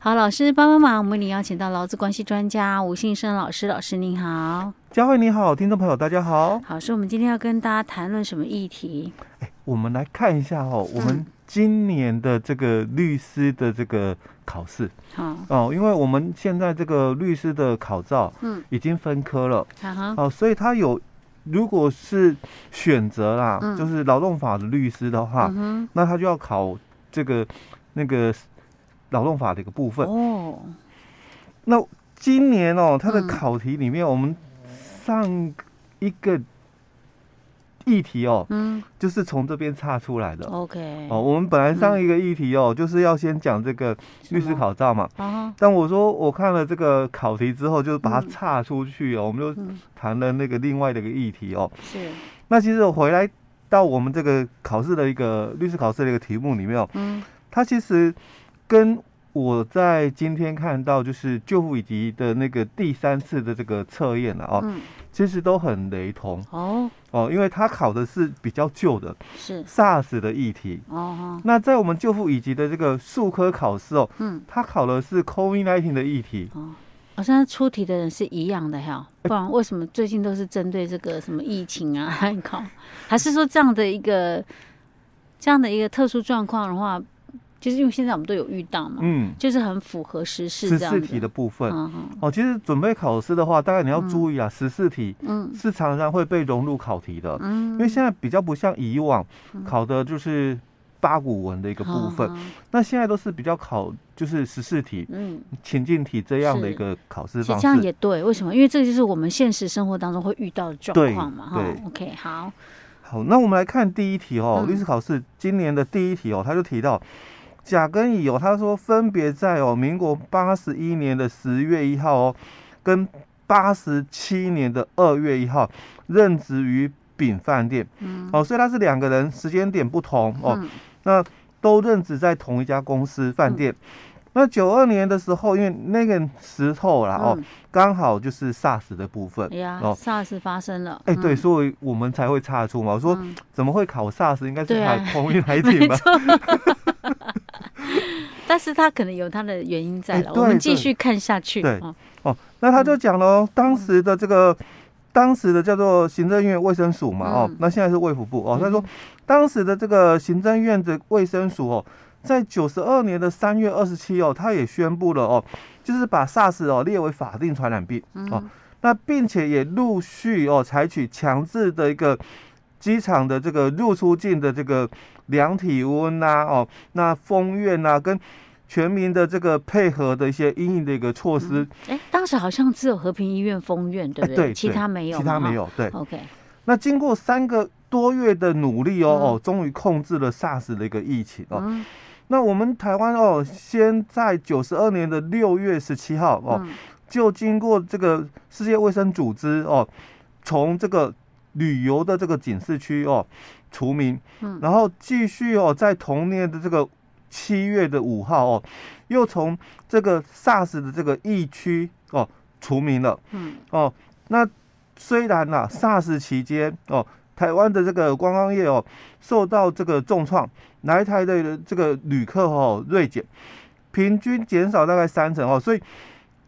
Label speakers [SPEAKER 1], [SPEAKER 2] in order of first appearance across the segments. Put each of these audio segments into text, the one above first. [SPEAKER 1] 好，老师帮帮忙，我们为您邀请到劳资关系专家吴信生老师，老师您好。
[SPEAKER 2] 佳慧你好，听众朋友大家好。
[SPEAKER 1] 好，所以我们今天要跟大家谈论什么议题？
[SPEAKER 2] 哎，我们来看一下
[SPEAKER 1] 嗯
[SPEAKER 2] 哦，我们今年的这个律师的这个考试
[SPEAKER 1] 好，
[SPEAKER 2] 哦，因为我们现在这个律师的考照，
[SPEAKER 1] 嗯，
[SPEAKER 2] 已经分科了
[SPEAKER 1] 好好，
[SPEAKER 2] 哦，所以他有如果是选择啦，
[SPEAKER 1] 嗯
[SPEAKER 2] 就是劳动法的律师的话，
[SPEAKER 1] 嗯
[SPEAKER 2] 那他就要考这个那个劳动法的一个部
[SPEAKER 1] 哼，
[SPEAKER 2] 分。
[SPEAKER 1] 哦，
[SPEAKER 2] 那今年哦，它的
[SPEAKER 1] 嗯
[SPEAKER 2] 考题里面，我们上一个议题哦，
[SPEAKER 1] 嗯
[SPEAKER 2] 就是从这边岔出来的。
[SPEAKER 1] ，OK，嗯
[SPEAKER 2] 哦，，我们本来上一个议题哦，就是要先讲这个律师考照嘛。
[SPEAKER 1] 啊，
[SPEAKER 2] 但我说我看了这个考题之后，就把它岔出去哦，我们就
[SPEAKER 1] 嗯，
[SPEAKER 2] 谈了那个另外的一个议题哦。
[SPEAKER 1] 是，
[SPEAKER 2] 那其实我回来到我们这个考试的一个律师考试的一个题目里面哦，
[SPEAKER 1] 嗯
[SPEAKER 2] 它其实跟我在今天看到就是救护以及的那个第三次的这个测验了哦，
[SPEAKER 1] 嗯，
[SPEAKER 2] 其实都很雷同
[SPEAKER 1] 哦，
[SPEAKER 2] 哦，因为它考的是比较旧的
[SPEAKER 1] 是，
[SPEAKER 2] SARS 的议题。
[SPEAKER 1] 哦，
[SPEAKER 2] 那在我们救护以及的这个数科考试哦，
[SPEAKER 1] 嗯，
[SPEAKER 2] 它考的是 COVID-19 的议题。
[SPEAKER 1] 哦，好像出题的人是一样的哈，不然为什么最近都是针对这个什么疫情啊还考？还是说这样的一个这样的一个特殊状况的话，就是因为现在我们都有遇到嘛，
[SPEAKER 2] 嗯，
[SPEAKER 1] 就是很符合时事
[SPEAKER 2] 十
[SPEAKER 1] 这
[SPEAKER 2] 四
[SPEAKER 1] 样
[SPEAKER 2] 题
[SPEAKER 1] 子。
[SPEAKER 2] 的部分
[SPEAKER 1] 嗯哼
[SPEAKER 2] 哦，其实准备考试的话，大概你要注意啊，十四题
[SPEAKER 1] 嗯
[SPEAKER 2] 是常常会被融入考题的，
[SPEAKER 1] 嗯，
[SPEAKER 2] 因为现在比较不像以往考的就是八股文的一个部分，
[SPEAKER 1] 好，好
[SPEAKER 2] 那现在都是比较考就是十四题、
[SPEAKER 1] 嗯，
[SPEAKER 2] 情境题这样的一
[SPEAKER 1] 是
[SPEAKER 2] 个考试
[SPEAKER 1] 其实
[SPEAKER 2] 方
[SPEAKER 1] 这样
[SPEAKER 2] 式。
[SPEAKER 1] 也对，为什么？因为这就是我们现实生活当中会遇到的状
[SPEAKER 2] 对
[SPEAKER 1] 况嘛，哈
[SPEAKER 2] 对。
[SPEAKER 1] OK，好，
[SPEAKER 2] 好，那我们来看第一题哦，
[SPEAKER 1] 嗯
[SPEAKER 2] 律师考试今年的第一题哦，他就提到甲跟乙哦，他说分别在哦民国八十一年的十月一号哦，跟八十七年的二月一号任职于丙饭店
[SPEAKER 1] 嗯，
[SPEAKER 2] 哦，所以他是两个人时间点不同哦，
[SPEAKER 1] 嗯
[SPEAKER 2] 那都任职在同一家公司饭店。那九二年的时候，因为那个时候啦，哦，
[SPEAKER 1] 嗯
[SPEAKER 2] 刚好就是 SARS 的部分
[SPEAKER 1] 哎。呀
[SPEAKER 2] 哦
[SPEAKER 1] ，SARS 发生了，
[SPEAKER 2] 哎、
[SPEAKER 1] 嗯
[SPEAKER 2] 对，，所以我们才会差出嘛。我说
[SPEAKER 1] 嗯
[SPEAKER 2] 怎么会考 SARS？应该是
[SPEAKER 1] 对啊
[SPEAKER 2] 考空运来
[SPEAKER 1] 没
[SPEAKER 2] 挺吧？
[SPEAKER 1] 错。但是他可能有他的原因在
[SPEAKER 2] 哎
[SPEAKER 1] 了，
[SPEAKER 2] 对
[SPEAKER 1] 我们继
[SPEAKER 2] 对
[SPEAKER 1] 续看下去。
[SPEAKER 2] 对
[SPEAKER 1] 哦
[SPEAKER 2] 哦，那他就讲了
[SPEAKER 1] 嗯
[SPEAKER 2] 哦，当时的这个，当时的叫做行政院卫生署嘛，哦
[SPEAKER 1] 嗯，
[SPEAKER 2] 那现在是卫福部哦。他说
[SPEAKER 1] 嗯，
[SPEAKER 2] 当时的这个行政院的卫生署哦，在九十二年的三月二十七哦，他也宣布了哦，就是把 SARS 哦列为法定传染病哦。
[SPEAKER 1] 嗯
[SPEAKER 2] 那并且也陆续哦采取强制的一个机场的这个入出境的这个量体温呐、哦，那风月呐、跟全民的这个配合的一些阴影的一个措施，
[SPEAKER 1] 哎，当时好像只有和平医院封院，对
[SPEAKER 2] 哎
[SPEAKER 1] 不
[SPEAKER 2] 对
[SPEAKER 1] 其
[SPEAKER 2] 对
[SPEAKER 1] 他没有，
[SPEAKER 2] 其他没。有。对，
[SPEAKER 1] OK，
[SPEAKER 2] 那经过三个多月的努力哦、哦，终于控制了 SARS 的一个疫情哦。
[SPEAKER 1] 嗯
[SPEAKER 2] 那我们台湾哦，先在九十二年的六月十七号哦，
[SPEAKER 1] 嗯
[SPEAKER 2] 就经过这个世界卫生组织哦，从这个旅游的这个警示区哦除名，
[SPEAKER 1] 嗯
[SPEAKER 2] 然后继续哦，在同年的这个七月的五号哦，又从这个 SARS 的这个疫区哦除名了
[SPEAKER 1] 嗯
[SPEAKER 2] 哦。那虽然呐、s a r s 期间哦，台湾的这个观光业哦受到这个重创，来台的这个旅客哦锐减，平均减少大概三成哦，所以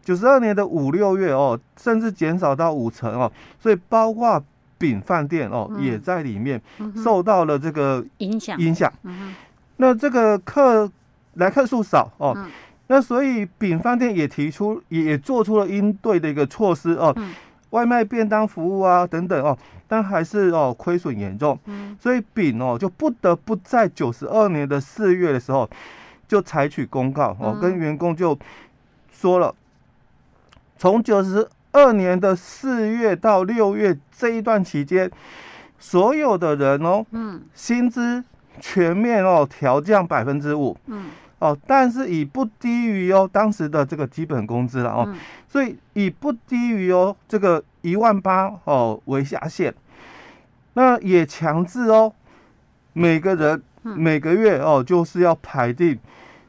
[SPEAKER 2] 九十二年的五六月哦，甚至减少到五成哦，所以包括丙饭店哦、
[SPEAKER 1] 嗯
[SPEAKER 2] 也在里面
[SPEAKER 1] 嗯哼，
[SPEAKER 2] 受到了这个
[SPEAKER 1] 影响，
[SPEAKER 2] 影响。
[SPEAKER 1] 嗯
[SPEAKER 2] 那这个客来客数少哦，
[SPEAKER 1] 嗯
[SPEAKER 2] 那所以丙饭店也提出也也做出了应对的一个措施哦，
[SPEAKER 1] 嗯
[SPEAKER 2] 外卖便当服务啊等等哦，但还是哦亏损严重，
[SPEAKER 1] 嗯
[SPEAKER 2] 所以丙哦就不得不在九十二年的四月的时候就采取公告哦，
[SPEAKER 1] 嗯
[SPEAKER 2] 跟员工就说了，从九十二年的四月到六月这一段期间，所有的人哦
[SPEAKER 1] 嗯
[SPEAKER 2] 薪资全面哦调降百分之五
[SPEAKER 1] 嗯
[SPEAKER 2] 哦，但是以不低于哦当时的这个基本工资了哦，
[SPEAKER 1] 嗯
[SPEAKER 2] 所以以不低于哦这个一万八哦为下限，那也强制哦每个人
[SPEAKER 1] 嗯
[SPEAKER 2] 每个月哦就是要排定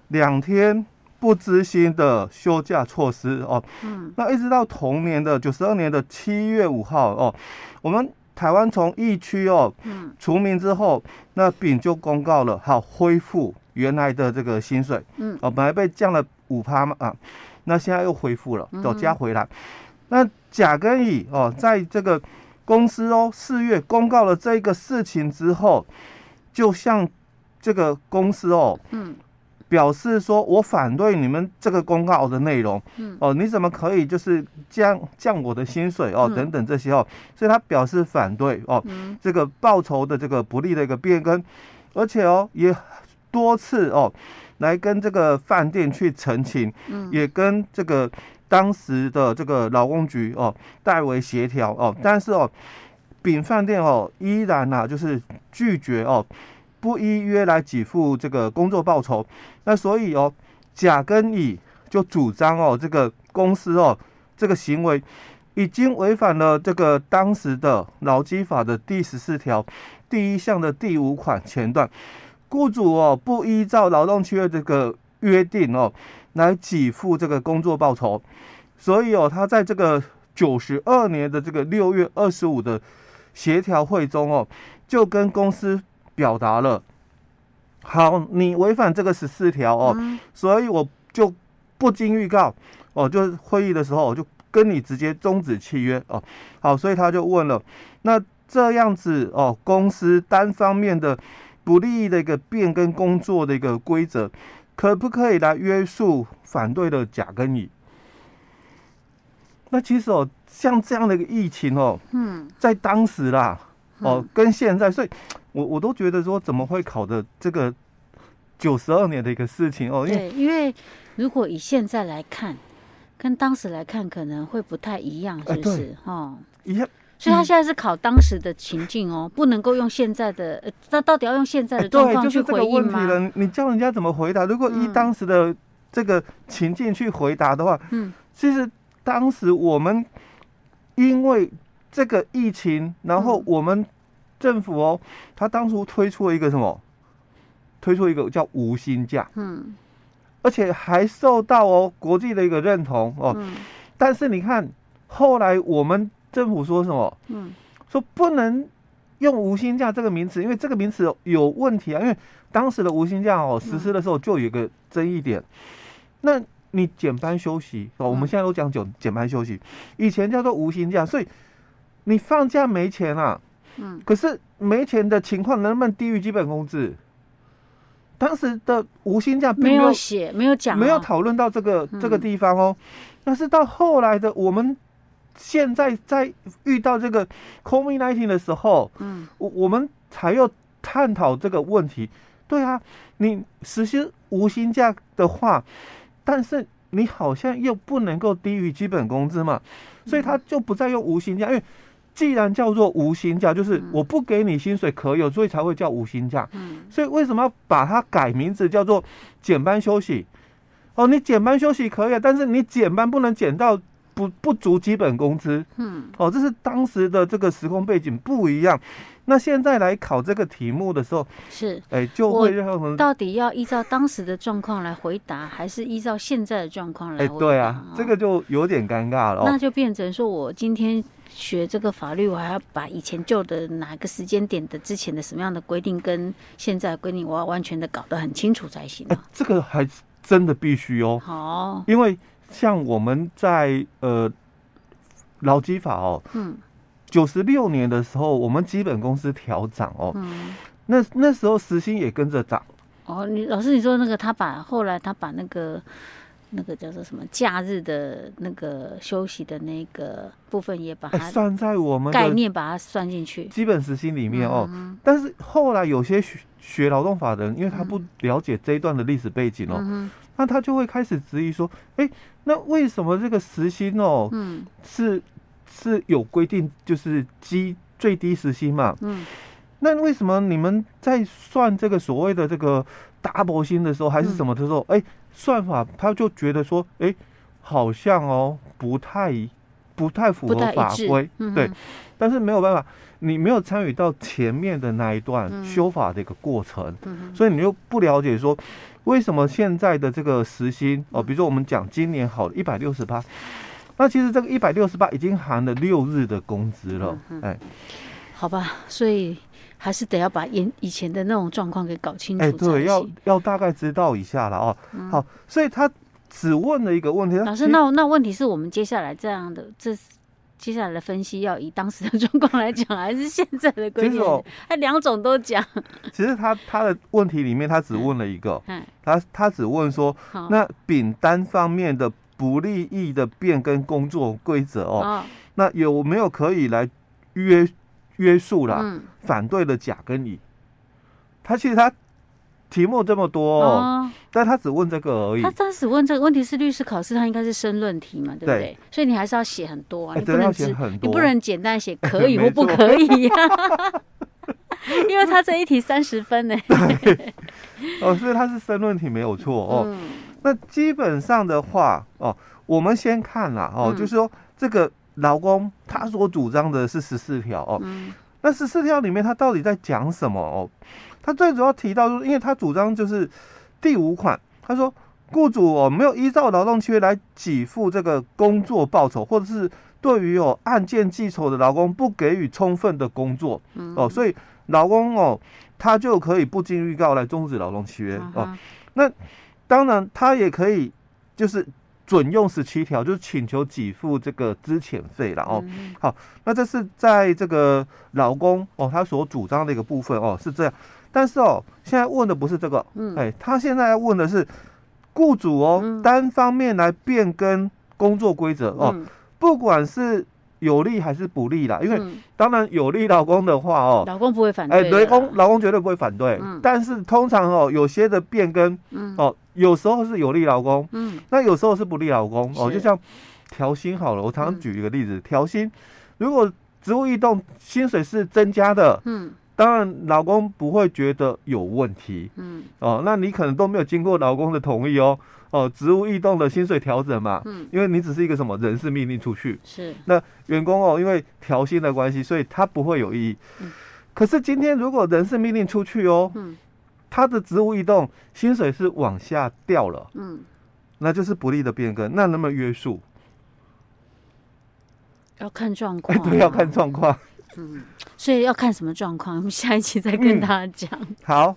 [SPEAKER 2] 两天不知薪的休假措施哦，
[SPEAKER 1] 嗯
[SPEAKER 2] 那一直到同年的九十二年的七月五号哦，我们台湾从疫区哦
[SPEAKER 1] 嗯
[SPEAKER 2] 除名之后，那丙就公告了，好恢复原来的这个薪水
[SPEAKER 1] 嗯
[SPEAKER 2] 哦，本来被降了五趴嘛啊，那现在又恢复了，
[SPEAKER 1] 嗯
[SPEAKER 2] 哦加回来。那甲跟乙哦，在这个公司哦四月公告了这个事情之后，就向这个公司哦，
[SPEAKER 1] 嗯，
[SPEAKER 2] 表示说我反对你们这个公告的内容，
[SPEAKER 1] 嗯，
[SPEAKER 2] 哦，你怎么可以就是降降我的薪水哦，
[SPEAKER 1] 嗯
[SPEAKER 2] 等等这些哦，所以他表示反对哦，
[SPEAKER 1] 嗯
[SPEAKER 2] 这个报酬的这个不利的一个变更，而且哦也多次哦来跟这个饭店去澄清，
[SPEAKER 1] 嗯
[SPEAKER 2] 也跟这个当时的这个劳工局哦代为协调哦，但是哦丙饭店哦依然呐、就是拒绝哦不依约来给付这个工作报酬，那所以哦甲跟乙就主张哦这个公司哦这个行为。已经违反了这个当时的劳基法的第十四条第一项的第五款前段，雇主哦不依照劳动契约这个约定哦来给付这个工作报酬，所以哦他在这个九十二年的这个六月二十五的协调会中哦就跟公司表达了，好，你违反这个十四条哦，
[SPEAKER 1] 嗯
[SPEAKER 2] 所以我就不经预告哦，就是会议的时候我就跟你直接终止契约哦。好，所以他就问了，那这样子哦，公司单方面的不利益的一个变更工作的一个规则，可不可以来约束反对的甲跟乙？那其实哦，像这样的一个疫情哦，
[SPEAKER 1] 嗯
[SPEAKER 2] 在当时啦，哦，跟现在，所以我我都觉得说，怎么会考的这个九十二年的一个事情哦？因为
[SPEAKER 1] 对，因为如果以现在来看，跟当时来看可能会不太一样，
[SPEAKER 2] 哎
[SPEAKER 1] 是不是？哦，
[SPEAKER 2] 一样
[SPEAKER 1] 所以他现在是考当时的情境哦，不能够用现在的，呃那、到底要用现在
[SPEAKER 2] 哎
[SPEAKER 1] 的状
[SPEAKER 2] 对，
[SPEAKER 1] 况
[SPEAKER 2] 就
[SPEAKER 1] 去
[SPEAKER 2] 是这
[SPEAKER 1] 回
[SPEAKER 2] 个
[SPEAKER 1] 应
[SPEAKER 2] 问题
[SPEAKER 1] 吗？
[SPEAKER 2] 了。你你叫人家怎么回答？如果依
[SPEAKER 1] 嗯
[SPEAKER 2] 当时的这个情境去回答的话，
[SPEAKER 1] 嗯，
[SPEAKER 2] 其实当时我们因为这个疫情，然后
[SPEAKER 1] 嗯
[SPEAKER 2] 我们政府哦，他当初推出了一个什么？推出一个叫无薪假，
[SPEAKER 1] 嗯
[SPEAKER 2] 而且还受到哦国际的一个认同哦。
[SPEAKER 1] 嗯
[SPEAKER 2] 但是你看，后来我们政府说什么？
[SPEAKER 1] 嗯
[SPEAKER 2] 说不能用无薪假这个名词，因为这个名词有问题啊。因为当时的无薪假哦实施的时候就有一个争议点，那你减班休息哦，我们
[SPEAKER 1] 嗯
[SPEAKER 2] 现在都讲减减班休息，以前叫做无薪假，所以你放假没钱啊，
[SPEAKER 1] 嗯
[SPEAKER 2] 可是没钱的情况能不能低于基本工资？当时的无薪假并
[SPEAKER 1] 没
[SPEAKER 2] 没有
[SPEAKER 1] 有写，没有讲、哦，
[SPEAKER 2] 没有讨论到这个这个
[SPEAKER 1] 嗯
[SPEAKER 2] 地方哦。但是到后来的我们现在在遇到这个 COVID 1 9的时候，
[SPEAKER 1] 嗯
[SPEAKER 2] 我我们才要探讨这个问题。对啊，你实施无薪假的话，但是你好像又不能够低于基本工资嘛，
[SPEAKER 1] 嗯
[SPEAKER 2] 所以他就不再用无薪假，因为。既然叫做无薪假，就是我不给你薪水可有，所以才会叫无薪假。
[SPEAKER 1] 嗯
[SPEAKER 2] 所以为什么要把它改名字叫做减班休息？哦，你减班休息可以啊，但是你减班不能减到不不足基本工资
[SPEAKER 1] 嗯
[SPEAKER 2] 哦，这是当时的这个时空背景不一样。那现在来考这个题目的时候，
[SPEAKER 1] 是。
[SPEAKER 2] 哎，就
[SPEAKER 1] 我
[SPEAKER 2] 会让人
[SPEAKER 1] 到底要依照当时的状况来回答，还是依照现在的状况来
[SPEAKER 2] 哎，
[SPEAKER 1] 回答？
[SPEAKER 2] 对啊
[SPEAKER 1] 哦，
[SPEAKER 2] 这个就有点尴尬了
[SPEAKER 1] 那
[SPEAKER 2] 哦。
[SPEAKER 1] 就变成说我今天学这个法律，我还要把以前旧的哪个时间点的之前的什么样的规定跟现在的规定，我要完全的搞得很清楚才行
[SPEAKER 2] 哎
[SPEAKER 1] 啊。，
[SPEAKER 2] 这个还真的必须哦，
[SPEAKER 1] 好，
[SPEAKER 2] 因为像我们在呃劳基法哦，
[SPEAKER 1] 嗯
[SPEAKER 2] 九十六年的时候，我们基本工资调涨哦，
[SPEAKER 1] 嗯，
[SPEAKER 2] 那那时候时薪也跟着涨。
[SPEAKER 1] 哦，你老师你说那个他把后来他把那个那个叫做什么假日的那个休息的那个部分也把
[SPEAKER 2] 哎
[SPEAKER 1] 它
[SPEAKER 2] 算在我们
[SPEAKER 1] 啊概
[SPEAKER 2] 的
[SPEAKER 1] 念把它算进去。
[SPEAKER 2] 基本时薪里面哦。
[SPEAKER 1] 嗯
[SPEAKER 2] 但是后来有些学学劳动法的人，因为他不了解这一段的历史背景哦，
[SPEAKER 1] 嗯
[SPEAKER 2] 那他就会开始质疑说：哎、那为什么这个时薪哦
[SPEAKER 1] 嗯
[SPEAKER 2] 是是有规定，就是基最低时薪嘛？
[SPEAKER 1] 嗯
[SPEAKER 2] 那为什么你们在算这个所谓的这个 double 薪的时候，还是什么的时候，
[SPEAKER 1] 嗯
[SPEAKER 2] 哎、算法他就觉得说，哎、好像哦不太不太符
[SPEAKER 1] 不
[SPEAKER 2] 合
[SPEAKER 1] 太
[SPEAKER 2] 法
[SPEAKER 1] 一致
[SPEAKER 2] 规，
[SPEAKER 1] 嗯，
[SPEAKER 2] 对，但是没有办法，你没有参与到前面的那一段
[SPEAKER 1] 嗯
[SPEAKER 2] 修法的一个过程，
[SPEAKER 1] 嗯
[SPEAKER 2] 所以你又不了解说为什么现在的这个时薪哦，
[SPEAKER 1] 嗯
[SPEAKER 2] 比如说我们讲今年好一百六十八，那其实这个一百六十八已经含了六日的工资了，
[SPEAKER 1] 嗯
[SPEAKER 2] 哎
[SPEAKER 1] 好吧，所以还是得要把以以前的那种状况给搞清楚
[SPEAKER 2] 哎，
[SPEAKER 1] 才
[SPEAKER 2] 对，要
[SPEAKER 1] 行
[SPEAKER 2] 要大概知道一下了哦。好，所以他只问了一个问题。
[SPEAKER 1] 老师，那那问题是我们接下来这样的这接下来的分析要以当时的 状况来讲，还是现在的规
[SPEAKER 2] 其
[SPEAKER 1] 定
[SPEAKER 2] 实哦？
[SPEAKER 1] 他两种都讲。
[SPEAKER 2] 其实他他的问题里面，他只问了一个，
[SPEAKER 1] 嗯，
[SPEAKER 2] 他他只问说，
[SPEAKER 1] 好。
[SPEAKER 2] 那丙单方面的不利益的变更工作规则哦，
[SPEAKER 1] 哦，
[SPEAKER 2] 那有没有可以来约约束啦？
[SPEAKER 1] 嗯，
[SPEAKER 2] 反对了甲跟乙，他其实他题目这么多，
[SPEAKER 1] 哦，
[SPEAKER 2] 但他只问这个而已
[SPEAKER 1] 他。当时问这个问题是律师考试，他应该是申论题嘛，对不
[SPEAKER 2] 对
[SPEAKER 1] 对？所以你还是要写很多啊，
[SPEAKER 2] 哎
[SPEAKER 1] 你不
[SPEAKER 2] 对，要
[SPEAKER 1] 能
[SPEAKER 2] 写
[SPEAKER 1] 只
[SPEAKER 2] 很
[SPEAKER 1] 你
[SPEAKER 2] 多，
[SPEAKER 1] 不能简单写可以或
[SPEAKER 2] 没
[SPEAKER 1] 不
[SPEAKER 2] 错
[SPEAKER 1] 可以呀、 因为他这一题三十分呢、
[SPEAKER 2] 哦，所以他是申论题没有错哦。
[SPEAKER 1] 嗯，
[SPEAKER 2] 那基本上的话哦，我们先看啦哦，
[SPEAKER 1] 嗯
[SPEAKER 2] 就是说这个劳工他所主张的是十四条哦，
[SPEAKER 1] 嗯
[SPEAKER 2] 那十四条里面他到底在讲什么哦？他最主要提到就是，因为他主张就是第五款，他说雇主哦没有依照劳动契约来给付这个工作报酬，或者是对于有案件记酬的劳工不给予充分的工作
[SPEAKER 1] 嗯
[SPEAKER 2] 哦，所以劳工哦他就可以不经预告来终止劳动契约
[SPEAKER 1] 啊
[SPEAKER 2] 哦。
[SPEAKER 1] 哈
[SPEAKER 2] 当然，他也可以就是准用十七条，就是请求给付这个资遣费了哦。
[SPEAKER 1] 嗯
[SPEAKER 2] 那这是在这个老公哦，他所主张的一个部分哦，是这样。但是哦，现在问的不是这个，
[SPEAKER 1] 嗯
[SPEAKER 2] 哎，他现在要问的是雇主哦，
[SPEAKER 1] 嗯
[SPEAKER 2] 单方面来变更工作规则哦，
[SPEAKER 1] 嗯
[SPEAKER 2] 不管是有利还是不利啦，因为
[SPEAKER 1] 嗯
[SPEAKER 2] 当然有利劳工的话哦，
[SPEAKER 1] 老公不会反
[SPEAKER 2] 哎，
[SPEAKER 1] 对的啦，
[SPEAKER 2] 劳工劳工绝对不会反对，
[SPEAKER 1] 嗯
[SPEAKER 2] 但是通常哦，有些的变更
[SPEAKER 1] 嗯
[SPEAKER 2] 哦，有时候是有利劳工，
[SPEAKER 1] 嗯
[SPEAKER 2] 那有时候是不利老公哦，
[SPEAKER 1] 是
[SPEAKER 2] 就像调薪好了，我常
[SPEAKER 1] 嗯
[SPEAKER 2] 常举一个例子，调薪如果职务异动，薪水是增加的，
[SPEAKER 1] 嗯
[SPEAKER 2] 当然老公不会觉得有问题
[SPEAKER 1] 嗯
[SPEAKER 2] 哦，那你可能都没有经过老公的同意哦，哦，职务异动的薪水调整嘛，
[SPEAKER 1] 嗯，
[SPEAKER 2] 因为你只是一个什么人事命令出去，
[SPEAKER 1] 是
[SPEAKER 2] 员工哦，因为调薪的关系，所以他不会有异议
[SPEAKER 1] 嗯。
[SPEAKER 2] 可是今天如果人事命令出去哦，
[SPEAKER 1] 嗯
[SPEAKER 2] 他的职务异动，薪水是往下掉了。
[SPEAKER 1] 嗯，
[SPEAKER 2] 那就是不利的变更，那能不能约束？
[SPEAKER 1] 要看状
[SPEAKER 2] 哎，
[SPEAKER 1] 况、哦
[SPEAKER 2] 对，要看状况。
[SPEAKER 1] 嗯，所以要看什么状况，我们下一期再跟
[SPEAKER 2] 嗯
[SPEAKER 1] 大家讲。
[SPEAKER 2] 好，